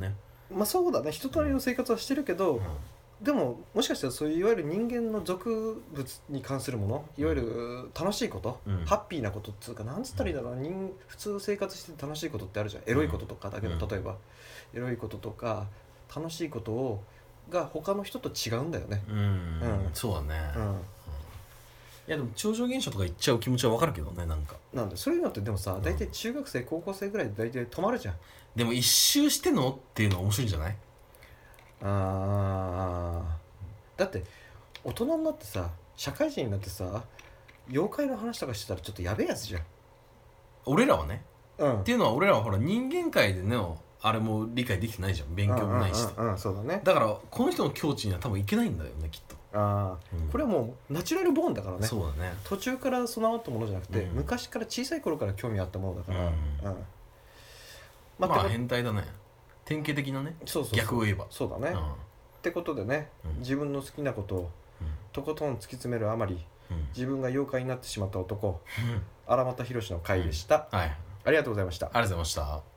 [SPEAKER 2] のね、
[SPEAKER 1] まあそうだね人となりの生活はしてるけど、
[SPEAKER 2] うん
[SPEAKER 1] でももしかしたらそういういわゆる人間の俗物に関するものいわゆる楽しいこと、
[SPEAKER 2] うん
[SPEAKER 1] ハッピーなことっつうかなんつったらいいんだろうな、人普通生活してて楽しいことってあるじゃんエロいこととかだけど、
[SPEAKER 2] うん
[SPEAKER 1] 例えばエロいこととか楽しいことをが他の人と違うんだよね、
[SPEAKER 2] うん
[SPEAKER 1] うん
[SPEAKER 2] そうだね、
[SPEAKER 1] う
[SPEAKER 2] い
[SPEAKER 1] ん、
[SPEAKER 2] やでも超常現象とか言っちゃう気持ちはわかるけどねなんか
[SPEAKER 1] なんでそういうのってでもさ
[SPEAKER 2] ん
[SPEAKER 1] 大体中学生高校生ぐらいで大体止まるじゃん
[SPEAKER 2] でも一周してのっていうのは面白いんじゃない
[SPEAKER 1] あーだって大人になってさ社会人になってさ妖怪の話とかしてたらちょっとやべえやつじゃん
[SPEAKER 2] 俺らはね
[SPEAKER 1] うん
[SPEAKER 2] っていうのは俺らはほら人間界でねあれも理解できてないじゃん勉強もないし
[SPEAKER 1] うんうんうんうんそうだね
[SPEAKER 2] だからこの人の境地には多分いけないんだよねきっと、
[SPEAKER 1] ああ
[SPEAKER 2] うん
[SPEAKER 1] これはもうナチュラルボーンだからね
[SPEAKER 2] そうだね
[SPEAKER 1] 途中から備わったものじゃなくて、
[SPEAKER 2] うん
[SPEAKER 1] 昔から小さい頃から興味あったものだから、
[SPEAKER 2] うん
[SPEAKER 1] うん
[SPEAKER 2] まあ、
[SPEAKER 1] ってこ
[SPEAKER 2] 変態だね典型的なね
[SPEAKER 1] そうそうそう
[SPEAKER 2] 逆を言えば
[SPEAKER 1] そうだね、っ
[SPEAKER 2] う
[SPEAKER 1] てことでね、
[SPEAKER 2] うん
[SPEAKER 1] 自分の好きなことを
[SPEAKER 2] ん
[SPEAKER 1] とことん突き詰めるあまり
[SPEAKER 2] うんうん
[SPEAKER 1] 自分が妖怪になってしまった男
[SPEAKER 2] うん
[SPEAKER 1] 荒俣宏の回でした、
[SPEAKER 2] はいありが
[SPEAKER 1] ありがとうございました
[SPEAKER 2] とうございました